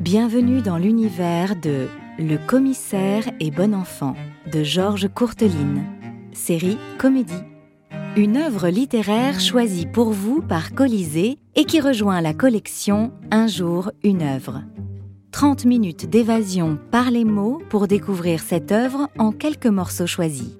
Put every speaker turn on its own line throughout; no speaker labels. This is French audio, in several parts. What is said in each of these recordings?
Bienvenue dans l'univers de Le commissaire et bon enfant de Georges Courteline, série comédie. Une œuvre littéraire choisie pour vous par Colisée et qui rejoint la collection Un jour, une œuvre. 30 minutes d'évasion par les mots pour découvrir cette œuvre en quelques morceaux choisis.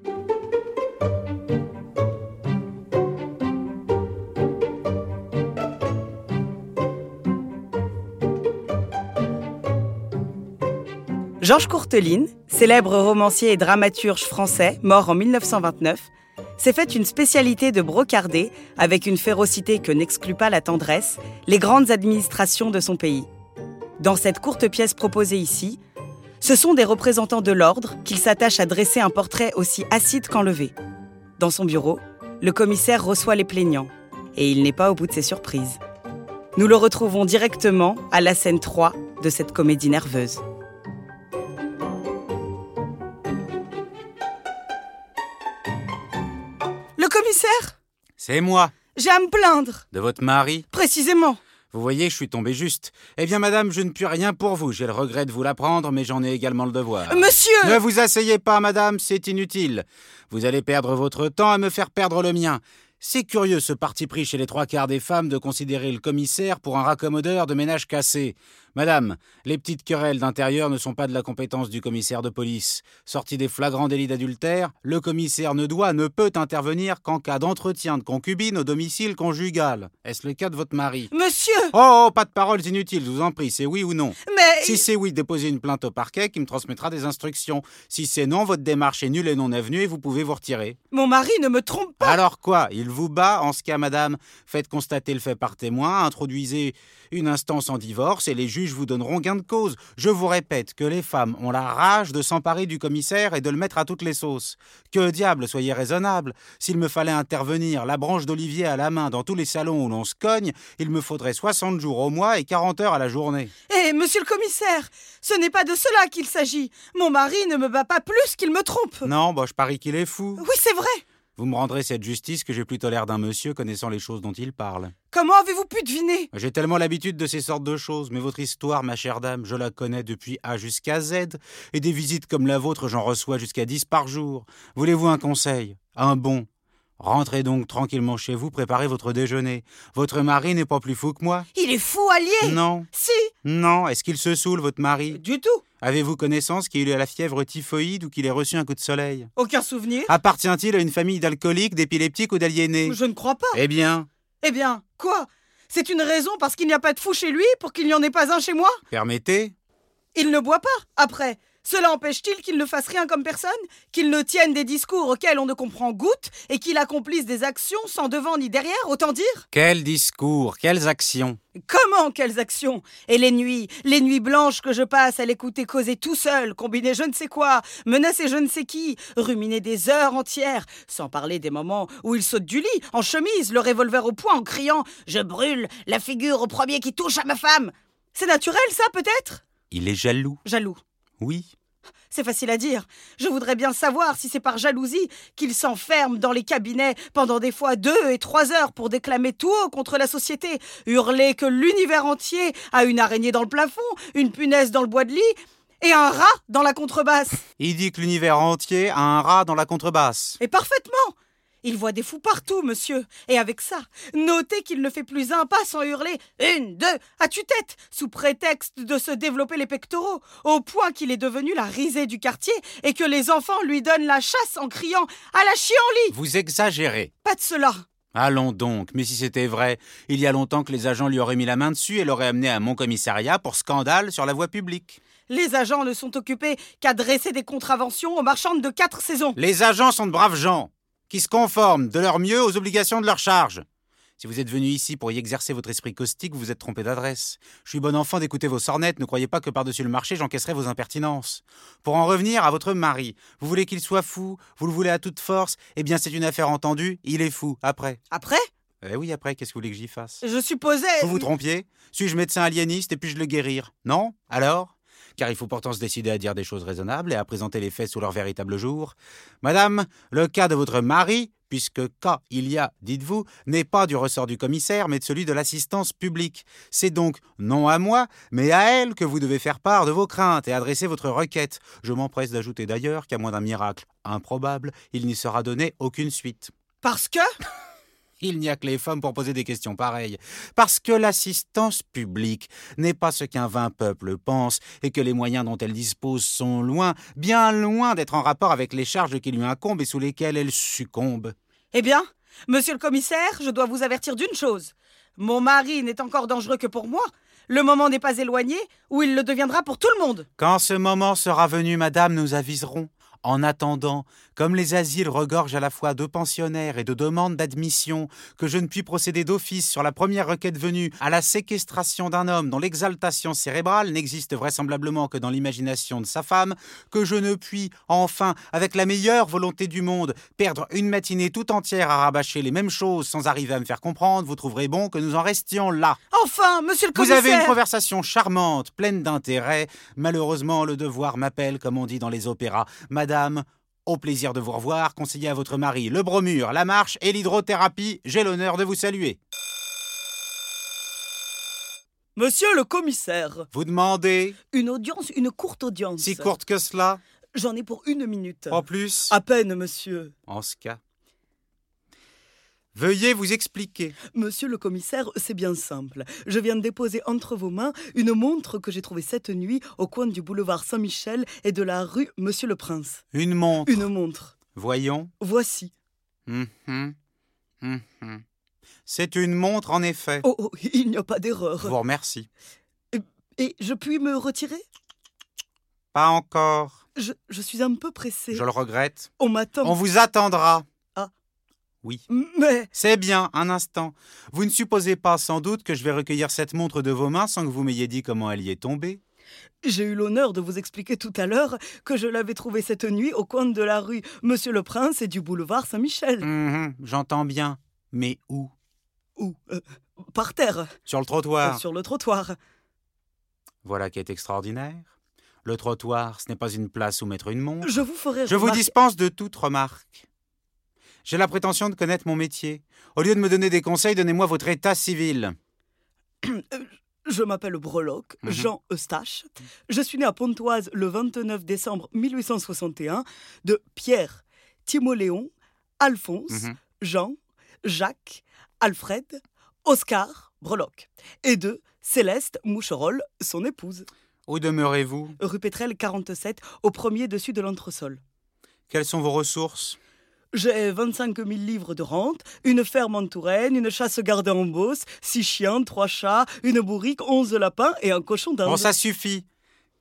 Georges Courteline, célèbre romancier et dramaturge français, mort en 1929, s'est fait une spécialité de brocarder, avec une férocité que n'exclut pas la tendresse, les grandes administrations de son pays. Dans cette courte pièce proposée ici, ce sont des représentants de l'ordre qu'il s'attache à dresser un portrait aussi acide qu'enlevé. Dans son bureau, le commissaire reçoit les plaignants, et il n'est pas au bout de ses surprises. Nous le retrouvons directement à la scène 3 de cette comédie nerveuse. Le commissaire
C'est moi,
J'ai à me plaindre,
de votre mari.
précisément.
Vous voyez, je suis tombé juste. Eh bien, madame, je ne puis rien pour vous. J'ai le regret de vous l'apprendre, mais j'en ai également le devoir.
Monsieur
Euh, Ne vous asseyez pas, madame, c'est inutile. Vous allez perdre votre temps et me faire perdre le mien. C'est curieux ce parti pris chez les trois quarts des femmes de considérer le commissaire pour un raccommodeur de ménage cassé. Madame, les petites querelles d'intérieur ne sont pas de la compétence du commissaire de police. Sorti des flagrants délits d'adultère, le commissaire ne doit, ne peut intervenir qu'en cas d'entretien de concubine au domicile conjugal. Est-ce le cas de votre mari
Monsieur
Oh, oh, pas de paroles inutiles, je vous en prie, c'est oui ou non.
Mais...
Si c'est oui, déposez une plainte au parquet qui me transmettra des instructions. Si c'est non, votre démarche est nulle et non avenue et vous pouvez vous retirer.
Mon mari ne me trompe pas
Alors quoi Il vous bat En ce cas, madame, faites constater le fait par témoin, introduisez une instance en divorce et les juges vous donneront gain de cause. Je vous répète que les femmes ont la rage de s'emparer du commissaire et de le mettre à toutes les sauces. Que diable, soyez raisonnable. S'il me fallait intervenir, la branche d'olivier à la main, dans tous les salons où l'on se cogne, il me faudrait 60 jours au mois et 40 heures à la journée.
Eh, monsieur le commissaire, ce n'est pas de cela qu'il s'agit. Mon mari ne me bat pas plus qu'il me trompe.
Non, bah, je parie qu'il est fou.
Oui, c'est vrai.
Vous me rendrez cette justice que j'ai plutôt l'air d'un monsieur connaissant les choses dont il parle.
Comment avez-vous pu deviner
J'ai tellement l'habitude de ces sortes de choses, mais votre histoire, ma chère dame, je la connais depuis A jusqu'à Z, et des visites comme la vôtre, j'en reçois jusqu'à 10 par jour. Voulez-vous un conseil Un bon Rentrez donc tranquillement chez vous, préparez votre déjeuner. Votre mari n'est pas plus fou que moi
Il est fou, allié
Non,
Si
non, est-ce qu'il se saoule, votre mari
Du tout
Avez-vous connaissance qu'il ait eu la fièvre typhoïde ou qu'il ait reçu un coup de soleil
Aucun souvenir
Appartient-il à une famille d'alcooliques, d'épileptiques ou d'aliénés
Je ne crois pas.
Eh bien,
Eh bien, quoi C'est une raison parce qu'il n'y a pas de fou chez lui pour qu'il n'y en ait pas un chez moi
permettez
Il ne boit pas, après. Cela empêche-t-il qu'il ne fasse rien comme personne, qu'il ne tienne des discours auxquels on ne comprend goutte et qu'il accomplisse des actions sans devant ni derrière, autant dire
Quel discours, quelles actions
Comment quelles actions Et les nuits, les nuits blanches que je passe à l'écouter causer tout seul, combiner je ne sais quoi, menacer je ne sais qui, ruminer des heures entières, sans parler des moments où il saute du lit, en chemise, le revolver au poing, en criant ⁇ Je brûle la figure au premier qui touche à ma femme !⁇ C'est naturel ça peut-être
Il est jaloux,
Jaloux.
oui.
C'est facile à dire. Je voudrais bien savoir si c'est par jalousie qu'il s'enferme dans les cabinets pendant des fois deux et trois heures pour déclamer tout haut contre la société, hurler que l'univers entier a une araignée dans le plafond, une punaise dans le bois de lit et un rat dans la contrebasse.
Il dit que l'univers entier a un rat dans la contrebasse.
Et parfaitement Il voit des fous partout, monsieur. Et avec ça, notez qu'il ne fait plus un pas sans hurler une, deux, à tue-tête, sous prétexte de se développer les pectoraux, au point qu'il est devenu la risée du quartier et que les enfants lui donnent la chasse en criant à la chie en lit
Vous exagérez.
Pas de cela
Allons donc, mais si c'était vrai, il y a longtemps que les agents lui auraient mis la main dessus et l'auraient amené à mon commissariat pour scandale sur la voie publique.
les agents ne sont occupés qu'à dresser des contraventions aux marchandes de quatre saisons.
Les agents sont de braves gens, qui se conforment de leur mieux aux obligations de leur charge. Si vous êtes venu ici pour y exercer votre esprit caustique, vous vous êtes trompé d'adresse. Je suis bon enfant d'écouter vos sornettes, ne croyez pas que par-dessus le marché j'encaisserai vos impertinences. Pour en revenir à votre mari, vous voulez qu'il soit fou, vous le voulez à toute force, eh bien c'est une affaire entendue, il est fou, après.
Après,
Eh oui, après, qu'est-ce que vous voulez que j'y fasse
je supposais...
Vous vous trompiez Suis-je médecin aliéniste et puis-je le guérir Non Alors car il faut pourtant se décider à dire des choses raisonnables et à présenter les faits sous leur véritable jour. Madame, le cas de votre mari puisque K, il y a, dites-vous, n'est pas du ressort du commissaire, mais de celui de l'assistance publique. C'est donc non à moi, mais à elle que vous devez faire part de vos craintes et adresser votre requête. Je m'empresse d'ajouter d'ailleurs qu'à moins d'un miracle improbable, il n'y sera donné aucune suite.
Parce que
Il n'y a que les femmes pour poser des questions pareilles. Parce que l'assistance publique n'est pas ce qu'un vain peuple pense et que les moyens dont elle dispose sont loin, bien loin d'être en rapport avec les charges qui lui incombent et sous lesquelles elle succombe.
Eh bien, monsieur le commissaire, je dois vous avertir d'une chose. Mon mari n'est encore dangereux que pour moi. Le moment n'est pas éloigné où il le deviendra pour tout le monde.
Quand ce moment sera venu, madame, nous aviserons. En attendant, comme les asiles regorgent à la fois de pensionnaires et de demandes d'admission, que je ne puis procéder d'office sur la première requête venue à la séquestration d'un homme dont l'exaltation cérébrale n'existe vraisemblablement que dans l'imagination de sa femme, que je ne puis, enfin, avec la meilleure volonté du monde, perdre une matinée tout entière à rabâcher les mêmes choses sans arriver à me faire comprendre, vous trouverez bon que nous en restions là.
Enfin, monsieur le
Vous
commissaire
avez une conversation charmante, pleine d'intérêt. Malheureusement, le devoir m'appelle, comme on dit dans les opéras. Madame, au plaisir de vous revoir, conseillez à votre mari le bromure, la marche et l'hydrothérapie. J'ai l'honneur de vous saluer.
Monsieur le commissaire
Vous demandez,
Une audience, une courte audience.
si courte Oh. que cela,
J'en ai pour une minute.
en plus,
À peine, monsieur.
en ce cas. Veuillez vous expliquer.
Monsieur le commissaire, c'est bien simple. Je viens de déposer entre vos mains une montre que j'ai trouvée cette nuit au coin du boulevard Saint-Michel et de la rue Monsieur le Prince.
Une montre.
Une montre.
Voyons.
Voici.
Mhm. Mhm. C'est une montre, en effet.
Oh, oh, il n'y a pas d'erreur.
Je vous remercie.
Et je puis me retirer
Pas encore.
je, je suis un peu pressée.
Je le regrette.
On
On
m'attend.
vous attendra.
Ah.
Oui.
Mais
C'est bien, un instant. Vous ne supposez pas sans doute que je vais recueillir cette montre de vos mains sans que vous m'ayez dit comment elle y est tombée.
j'ai eu l'honneur de vous expliquer tout à l'heure que je l'avais trouvée cette nuit au coin de la rue Monsieur le Prince et du boulevard Saint-Michel.
Mhm, J'entends bien. Mais où
Ou euh, par terre,
Sur le
euh,
trottoir.
sur le trottoir.
Voilà qui est extraordinaire. Le trottoir, ce n'est pas une place où mettre une montre.
Je vous ferai
Je vous
remarquer-
dispense de toute remarque. J'ai la prétention de connaître mon métier. Au lieu de me donner des conseils, donnez-moi votre état civil.
Je m'appelle Breloque,
Mhm.
Jean Eustache. Je suis né à Pontoise le 29 décembre 1861 de Pierre, Timoléon, Alphonse,
Mhm.
Jean, Jacques, Alfred, Oscar Breloque et de Céleste Moucherolles, son épouse.
Où demeurez-vous
Rue Pétrel 47, au premier dessus de l'entresol.
Quelles sont vos ressources
J'ai 25 000 livres de rente, une ferme en Touraine, une chasse gardée en Beauce, six chiens, trois chats, une bourrique, 11 lapins et un cochon d'Inde.
Bon, ça suffit.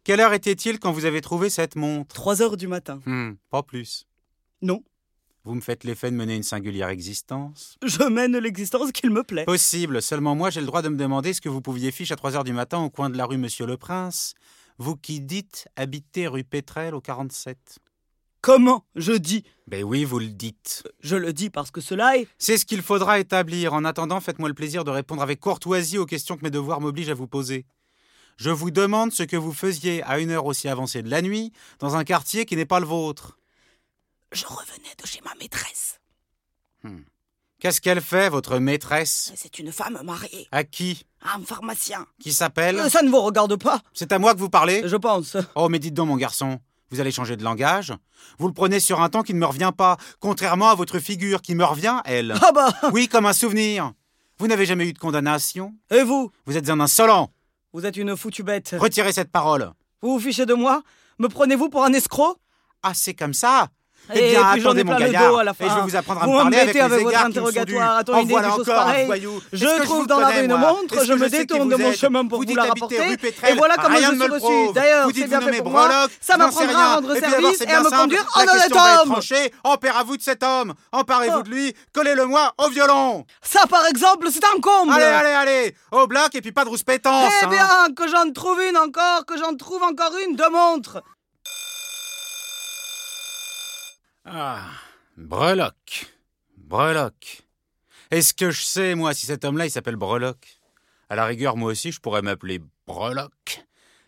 Quelle heure était-il quand vous avez trouvé cette montre
3 heures du matin.
Hmm, pas plus.
Non.
Vous me faites l'effet de mener une singulière existence.
Je mène l'existence qu'il me plaît.
Possible, seulement moi j'ai le droit de me demander ce que vous pouviez fiche à 3 heures du matin au coin de la rue Monsieur le Prince, vous qui dites habiter rue Pétrel au 47.
Comment Je dis.
Ben oui, vous le dites.
Je le dis parce que cela est.
C'est ce qu'il faudra établir. En attendant, faites-moi le plaisir de répondre avec courtoisie aux questions que mes devoirs m'obligent à vous poser. Je vous demande ce que vous faisiez à une heure aussi avancée de la nuit dans un quartier qui n'est pas le vôtre.
Je revenais de chez ma maîtresse.
Qu'est-ce qu'elle fait, votre maîtresse
C'est une femme mariée,
À qui
un pharmacien.
Qui s'appelle
Euh, Ça ne vous regarde pas,
C'est à moi que vous parlez
je pense.
Oh, mais dites donc, mon garçon, vous allez changer de langage Vous le prenez sur un temps qui ne me revient pas, contrairement à votre figure qui me revient, elle.
Ah bah
Oui, comme un souvenir. Vous n'avez jamais eu de condamnation
Et vous
Vous êtes un insolent
Vous êtes une foutue bête.
Retirez cette parole
Vous vous fichez de moi Me prenez-vous pour un escroc
Ah, c'est comme ça
Et
Eh bien,
puis j'en ai
attendez, mon
plein le
gaillard,
dos à la fin.
et je vais vous apprendre à
Vous
me parler avec,
m'embêtez
les
avec votre
égards qui me sont dus.
interrogatoire, attendez,
En
des
voilà
choses
encore un
pareilles.
voyou. Est-ce
Je
que
trouve
vous
dans la
connais,
rue une
moi
montre,
Est-ce
je
que
me
sais qui
détourne de
vous
mon
êtes
chemin pour
vous
vous
dites
la
habiter
rapporter.
rue Pétrel,
Et voilà comment
rien
je
ne me
suis
le
reçue.
prouve.
D'ailleurs,
vous
c'est
dites
bien
vous
fait
nommez
pour moi.
Breloque,
Ça
j'en sais
m'apprendra à
rien.
rendre
Et puis
service
alors, c'est
et à
bien
me Oh,
simple.
conduire
La
en honnête
question va être
homme.
tranchée. Emparez-vous de cet homme, emparez-vous
Oh.
de lui, collez-le-moi au violon.
Ça, par exemple, c'est un comble
Allez, allez, allez Au black et puis pas de rouspétance
Eh
hein.
bien, que j'en trouve une encore, que j'en trouve encore une de montre
Ah, Breloque. Breloque. Est-ce que je sais, moi, si cet homme-là, il s'appelle Breloque À la rigueur, moi aussi, je pourrais m'appeler Breloque.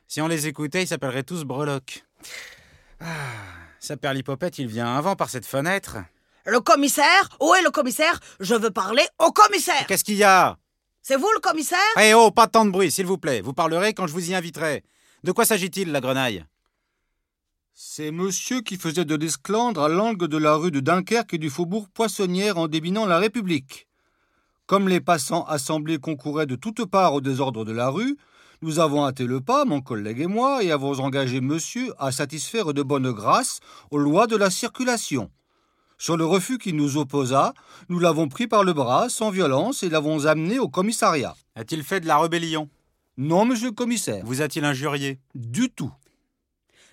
Si on les écoutait, ils s'appelleraient tous Breloque. Ah, sa perlipopette, il vient avant par cette fenêtre.
Le commissaire Où est le commissaire Je veux parler au commissaire
Qu'est-ce qu'il y a
C'est vous le commissaire
Eh oh, pas tant de bruit, s'il vous plaît. Vous parlerez quand je vous y inviterai. De quoi s'agit-il, la grenaille
C'est monsieur qui faisait de l'esclandre à l'angle de la rue de Dunkerque et du faubourg Poissonnière en déminant la République. Comme les passants assemblés concouraient de toutes parts au désordre de la rue, nous avons hâté le pas, mon collègue et moi, et avons engagé monsieur à satisfaire de bonne grâce aux lois de la circulation. Sur le refus qui nous opposa, nous l'avons pris par le bras, sans violence, et l'avons amené au commissariat.
A-t-il fait de la rébellion
Non, monsieur le commissaire,
Vous a-t-il injurié
du tout.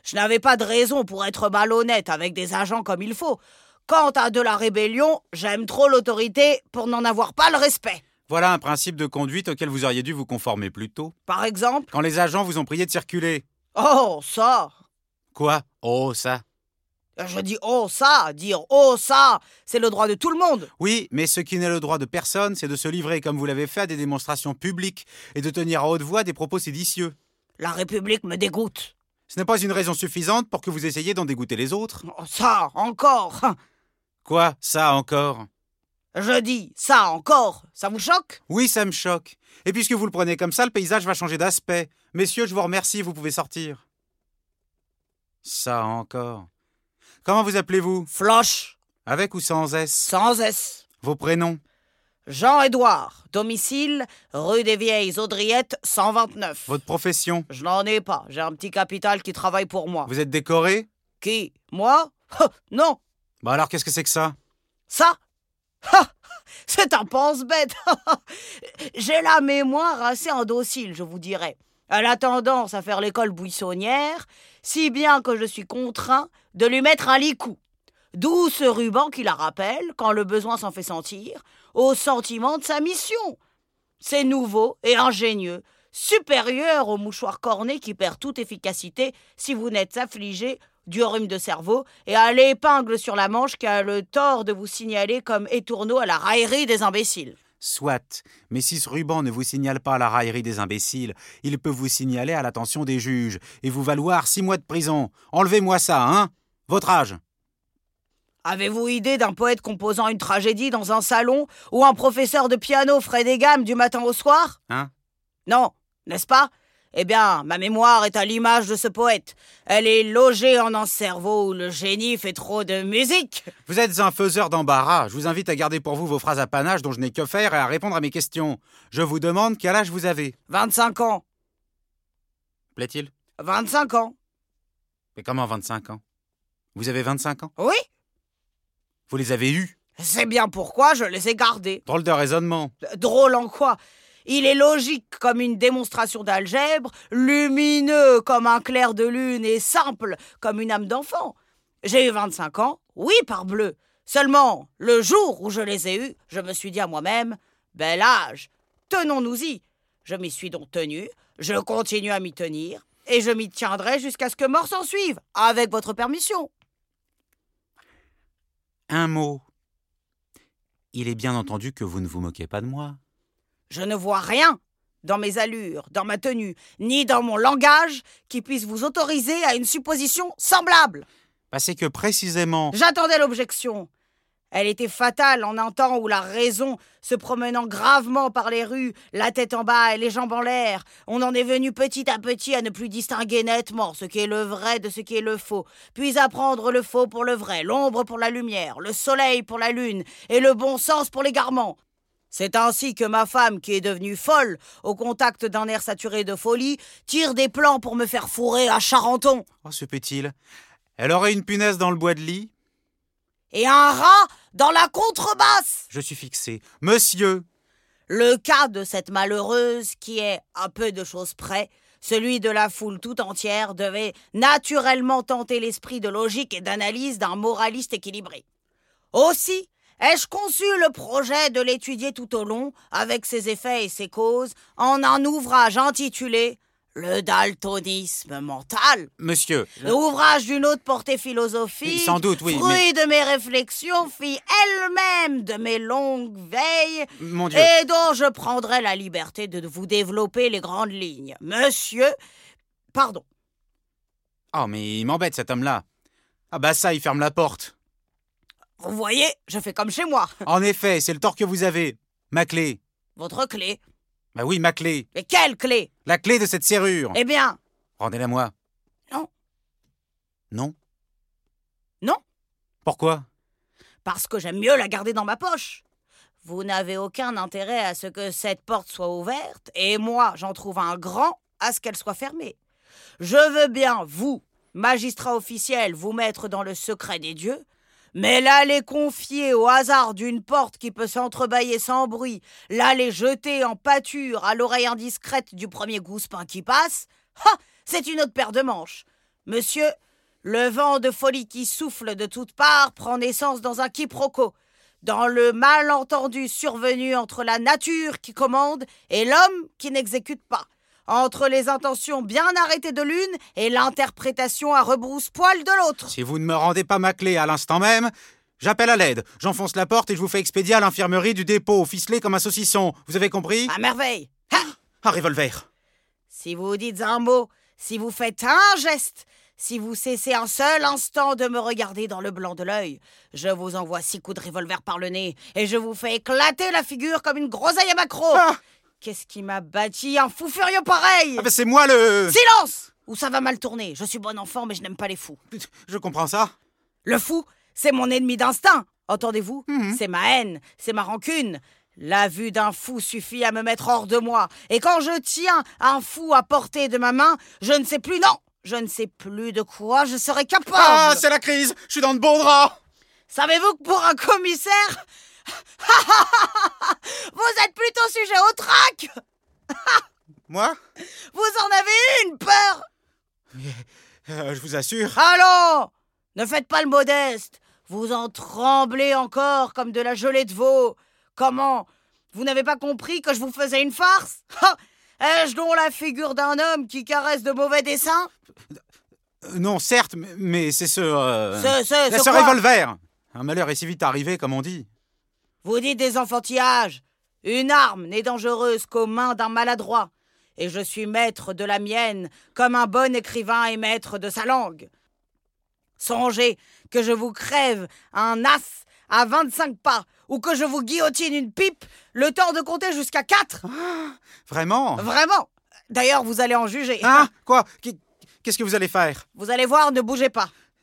Je n'avais pas de raison pour être malhonnête avec des agents comme il faut. Quant à de la rébellion, j'aime trop l'autorité pour n'en avoir pas le respect.
Voilà un principe de conduite auquel vous auriez dû vous conformer plus tôt.
Par exemple
Quand les agents vous ont prié de circuler.
Oh, ça
Quoi Oh, ça
Je dis oh, ça Dire oh, ça C'est le droit de tout le monde
Oui, mais ce qui n'est le droit de personne, c'est de se livrer, comme vous l'avez fait, à des démonstrations publiques et de tenir à haute voix des propos séditieux.
La République me dégoûte
Ce n'est pas une raison suffisante pour que vous essayiez d'en dégoûter les autres.
Oh, Ça Encore
Quoi Ça encore
Je dis ça encore Ça vous choque
Oui, ça me choque. Et puisque vous le prenez comme ça, le paysage va changer d'aspect. Messieurs, je vous remercie, vous pouvez sortir. Ça encore. Comment vous appelez-vous
Floche
Avec ou sans S
Sans S
Vos prénoms
Jean-Édouard, domicile, rue des Vieilles Audriettes, 129.
Votre profession
Je n'en ai pas, j'ai un petit capital qui travaille pour moi.
Vous êtes décoré
Qui Moi Ah, Non,
Bah alors qu'est-ce que c'est que ça
ça Ah, C'est un pense-bête J'ai la mémoire assez endocile, je vous dirais. Elle a tendance à faire l'école buissonnière, si bien que je suis contraint de lui mettre un licou. D'où ce ruban qui la rappelle, quand le besoin s'en fait sentir, au sentiment de sa mission. C'est nouveau et ingénieux, supérieur au mouchoir corné qui perd toute efficacité si vous n'êtes affligé du rhume de cerveau et à l'épingle sur la manche qui a le tort de vous signaler comme étourneau à la raillerie des imbéciles.
Soit. Mais si ce ruban ne vous signale pas à la raillerie des imbéciles, il peut vous signaler à l'attention des juges et vous valoir six mois de prison. Enlevez-moi ça, hein Votre âge
Avez-vous idée d'un poète composant une tragédie dans un salon ou un professeur de piano ferait des gammes du matin au soir
Hein
Non, n'est-ce pas Eh bien, ma mémoire est à l'image de ce poète. Elle est logée en un cerveau où le génie fait trop de musique.
Vous êtes un faiseur d'embarras. Je vous invite à garder pour vous vos phrases à panache dont je n'ai que faire et à répondre à mes questions. Je vous demande quel âge vous avez.
25 ans,
Plaît-il
25 ans,
Mais comment 25 ans Vous avez 25 ans
oui
Vous les avez eus
C'est bien pourquoi je les ai gardés.
Drôle de raisonnement.
Drôle en quoi Il est logique comme une démonstration d'algèbre, lumineux comme un clair de lune et simple comme une âme d'enfant. J'ai eu 25 ans, oui, parbleu. Seulement, le jour où je les ai eus, je me suis dit à moi-même Bel âge, tenons-nous-y. Je m'y suis donc tenu, je continue à m'y tenir, et je m'y tiendrai jusqu'à ce que mort s'en suive, avec votre permission.
Un mot. Il est bien entendu que vous ne vous moquez pas de moi.
Je ne vois rien dans mes allures, dans ma tenue, ni dans mon langage qui puisse vous autoriser à une supposition semblable.
Bah, c'est que précisément.
J'attendais l'objection. Elle était fatale en un temps où la raison, se promenant gravement par les rues, la tête en bas et les jambes en l'air, on en est venu petit à petit à ne plus distinguer nettement ce qui est le vrai de ce qui est le faux, puis à prendre le faux pour le vrai, l'ombre pour la lumière, le soleil pour la lune et le bon sens pour l'égarement. C'est ainsi que ma femme, qui est devenue folle au contact d'un air saturé de folie, tire des plans pour me faire fourrer à Charenton.
Oh, se peut-il Elle aurait une punaise dans le bois de lit
Et un rat dans la contrebasse
Je suis fixé. Monsieur
Le cas de cette malheureuse, qui est, à peu de choses près, celui de la foule tout entière, devait naturellement tenter l'esprit de logique et d'analyse d'un moraliste équilibré. Aussi, ai-je conçu le projet de l'étudier tout au long, avec ses effets et ses causes, en un ouvrage intitulé Le daltonisme mental.
Monsieur
L'ouvrage d'une haute portée philosophique,
Oui, sans doute, oui,
fruit de mes réflexions, fille elle-même de mes longues veilles,
Mon Dieu
et dont je prendrai la liberté de vous développer les grandes lignes. Monsieur, pardon,
Oh, mais il m'embête cet homme-là. Ah, bah ça, il ferme la porte.
Vous voyez, je fais comme chez moi.
En effet, c'est le tort que vous avez. Ma clé.
Votre clé.
Bah oui, ma clé.
Mais quelle clé
La clé de cette serrure.
Eh bien,
Rendez-la moi.
Non.
Non
Non.
Pourquoi
parce que j'aime mieux la garder dans ma poche. Vous n'avez aucun intérêt à ce que cette porte soit ouverte, et moi, j'en trouve un grand à ce qu'elle soit fermée. Je veux bien, vous, magistrat officiel, vous mettre dans le secret des dieux, mais là, les confier au hasard d'une porte qui peut s'entrebâiller sans bruit, là, les jeter en pâture à l'oreille indiscrète du premier gousse-pain qui passe, ah, c'est une autre paire de manches. Monsieur, le vent de folie qui souffle de toutes parts prend naissance dans un quiproquo, dans le malentendu survenu entre la nature qui commande et l'homme qui n'exécute pas, entre les intentions bien arrêtées de l'une et l'interprétation à rebrousse-poil de l'autre.
Si vous ne me rendez pas ma clé à l'instant même, j'appelle à l'aide, j'enfonce la porte et je vous fais expédier à l'infirmerie du dépôt, ficelé comme un saucisson. Vous avez compris
À merveille.
Un revolver.
Si vous dites un mot, si vous faites un geste, si vous cessez un seul instant de me regarder dans le blanc de l'œil, je vous envoie six coups de revolver par le nez et je vous fais éclater la figure comme une groseille à macro.
Ah
Qu'est-ce qui m'a bâti un fou furieux pareil
Ah bah c'est moi le.
Silence Ou ça va mal tourner. Je suis bon enfant, mais je n'aime pas les fous.
Je comprends ça.
Le fou, c'est mon ennemi d'instinct. Entendez-vous C'est ma haine, c'est ma rancune. La vue d'un fou suffit à me mettre hors de moi. Et quand je tiens un fou à portée de ma main, je ne sais plus, non Je ne sais plus de quoi je serais capable
Ah, c'est la crise Je suis dans de bons draps
Savez-vous que pour un commissaire, vous êtes plutôt sujet au trac
Moi
Vous en avez une peur
Euh, Je vous assure.
Allons Ne faites pas le modeste Vous en tremblez encore comme de la gelée de veau Comment Vous n'avez pas compris que je vous faisais une farce Ah Ai-je donc la figure d'un homme qui caresse de mauvais dessins
Euh, non, certes, mais, mais c'est ce. euh,
Ce, ce,
la-
ce
ce
quoi
revolver Un malheur est si vite arrivé, comme on dit.
Vous dites des enfantillages. Une arme n'est dangereuse qu'aux mains d'un maladroit. Et je suis maître de la mienne, comme un bon écrivain est maître de sa langue. Songez que je vous crève un as à 25 pas, ou que je vous guillotine une pipe, le temps de compter jusqu'à 4. Euh,
Vraiment
Vraiment. D'ailleurs, vous allez en juger.
Hein Quoi Qu'est- Qu'est-ce que vous allez faire
Vous allez voir, ne bougez pas.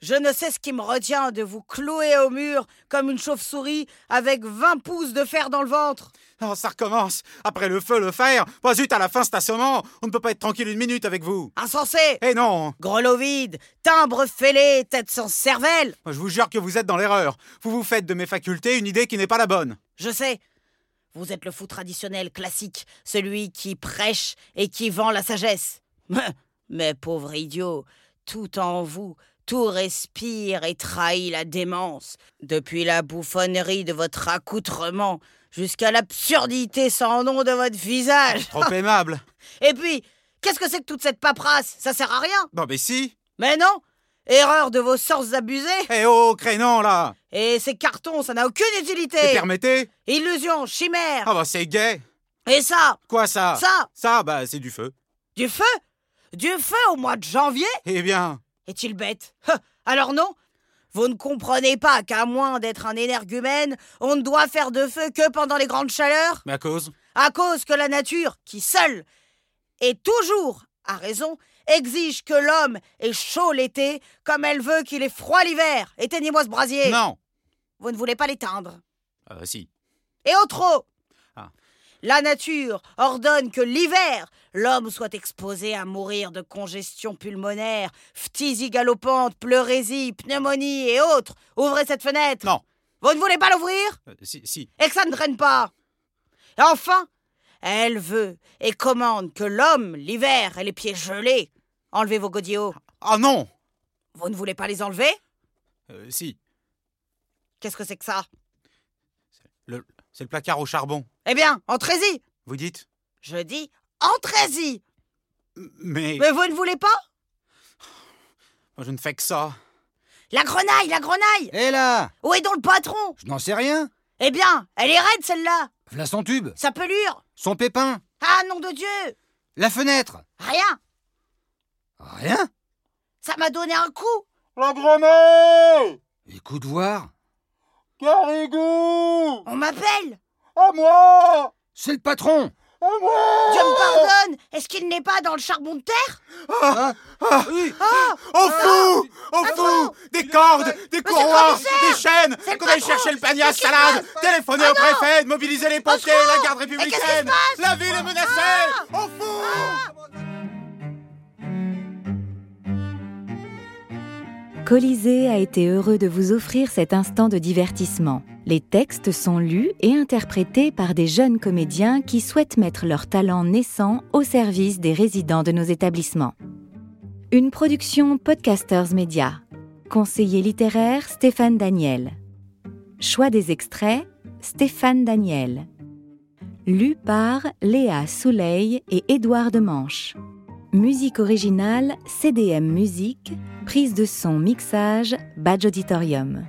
Je ne sais ce qui me retient de vous clouer au mur comme une chauve-souris avec 20 pouces de fer dans le ventre.
Oh, ça recommence Après le feu, le fer Pas zut, à la fin, c'est assommant On ne peut pas être tranquille une minute avec vous
Insensé
Eh non
Grelot vide, timbre fêlé, tête sans cervelle.
Moi, je vous jure que vous êtes dans l'erreur. Vous vous faites de mes facultés une idée qui n'est pas la bonne.
Je sais. Vous êtes le fou traditionnel classique, celui qui prêche et qui vend la sagesse. Mais pauvre idiot, tout en vous, tout respire et trahit la démence. Depuis la bouffonnerie de votre accoutrement jusqu'à l'absurdité sans nom de votre visage.
Trop aimable.
Et puis, qu'est-ce que c'est que toute cette paperasse Ça sert à rien.
Non, mais si.
Mais non Erreur de vos sens abusés
Eh oh, crénon, là.
Et ces cartons, ça n'a aucune utilité.
Et permettez.
Illusion, chimère.
Ah, bah, c'est gay.
Et ça,
Quoi, ça
ça,
Ça, bah, c'est du feu.
du feu Du feu au mois de janvier
Eh bien.
Est-il bête Huh, Alors non Vous ne comprenez pas qu'à moins d'être un énergumène, on ne doit faire de feu que pendant les grandes chaleurs
Ma cause
à cause que la nature, qui seule et toujours à raison, exige que l'homme ait chaud l'été comme elle veut qu'il ait froid l'hiver. Éteignez-moi ce brasier.
Non.
Vous ne voulez pas l'éteindre.
Euh, si.
et au trop.
Ah.
La nature ordonne que l'hiver, l'homme soit exposé à mourir de congestion pulmonaire, phtisie galopante, pleurésie, pneumonie et autres. Ouvrez cette fenêtre.
Non.
Vous ne voulez pas l'ouvrir
Euh, si, si.
Et que ça ne draine pas. Et enfin, elle veut et commande que l'homme, l'hiver, ait les pieds gelés. Enlevez vos godillots.
Ah, non.
Vous ne voulez pas les enlever
Euh, si.
Qu'est-ce que c'est que ça
Le, C'est le placard au charbon.
Eh bien, entrez-y
Vous dites
Je dis, entrez-y
Mais
Mais vous ne voulez pas
moi, je ne fais que ça.
La grenaille, la grenaille
Et Eh là
Où est donc le patron
Je n'en sais rien.
Eh bien, elle est raide celle-là
Voilà son tube,
Sa pelure
son pépin,
Ah, nom de Dieu
la fenêtre.
Rien
Rien
Ça m'a donné un coup
La grand-mère
Écoute voir.
Carigou
On m'appelle
À moi
C'est le patron
À moi
Dieu me pardonne Est-ce qu'il n'est pas dans le charbon de terre Ah,
Au fou Au fou Des cordes, des courroies, des chaînes
C'est le
Qu'on aille
patron
chercher le panier à
Mais qu'est-ce
salade
qui Ah,
Téléphoner au préfet, de mobiliser les pompiers,
secours
la garde
Ah, Mais qu'est-ce qui se
républicaine
passe Ah,
La ville est menacée Au fou
Colisée a été heureux de vous offrir cet instant de divertissement. Les textes sont lus et interprétés par des jeunes comédiens qui souhaitent mettre leur talent naissant au service des résidents de nos établissements. Une production Podcasters Media. Conseiller littéraire Stéphane Daniel. Choix des extraits Stéphane Daniel. Lu par Léa Souleil et Édouard de Manche. Musique originale CDM Musique Prise de son, mixage, badge auditorium.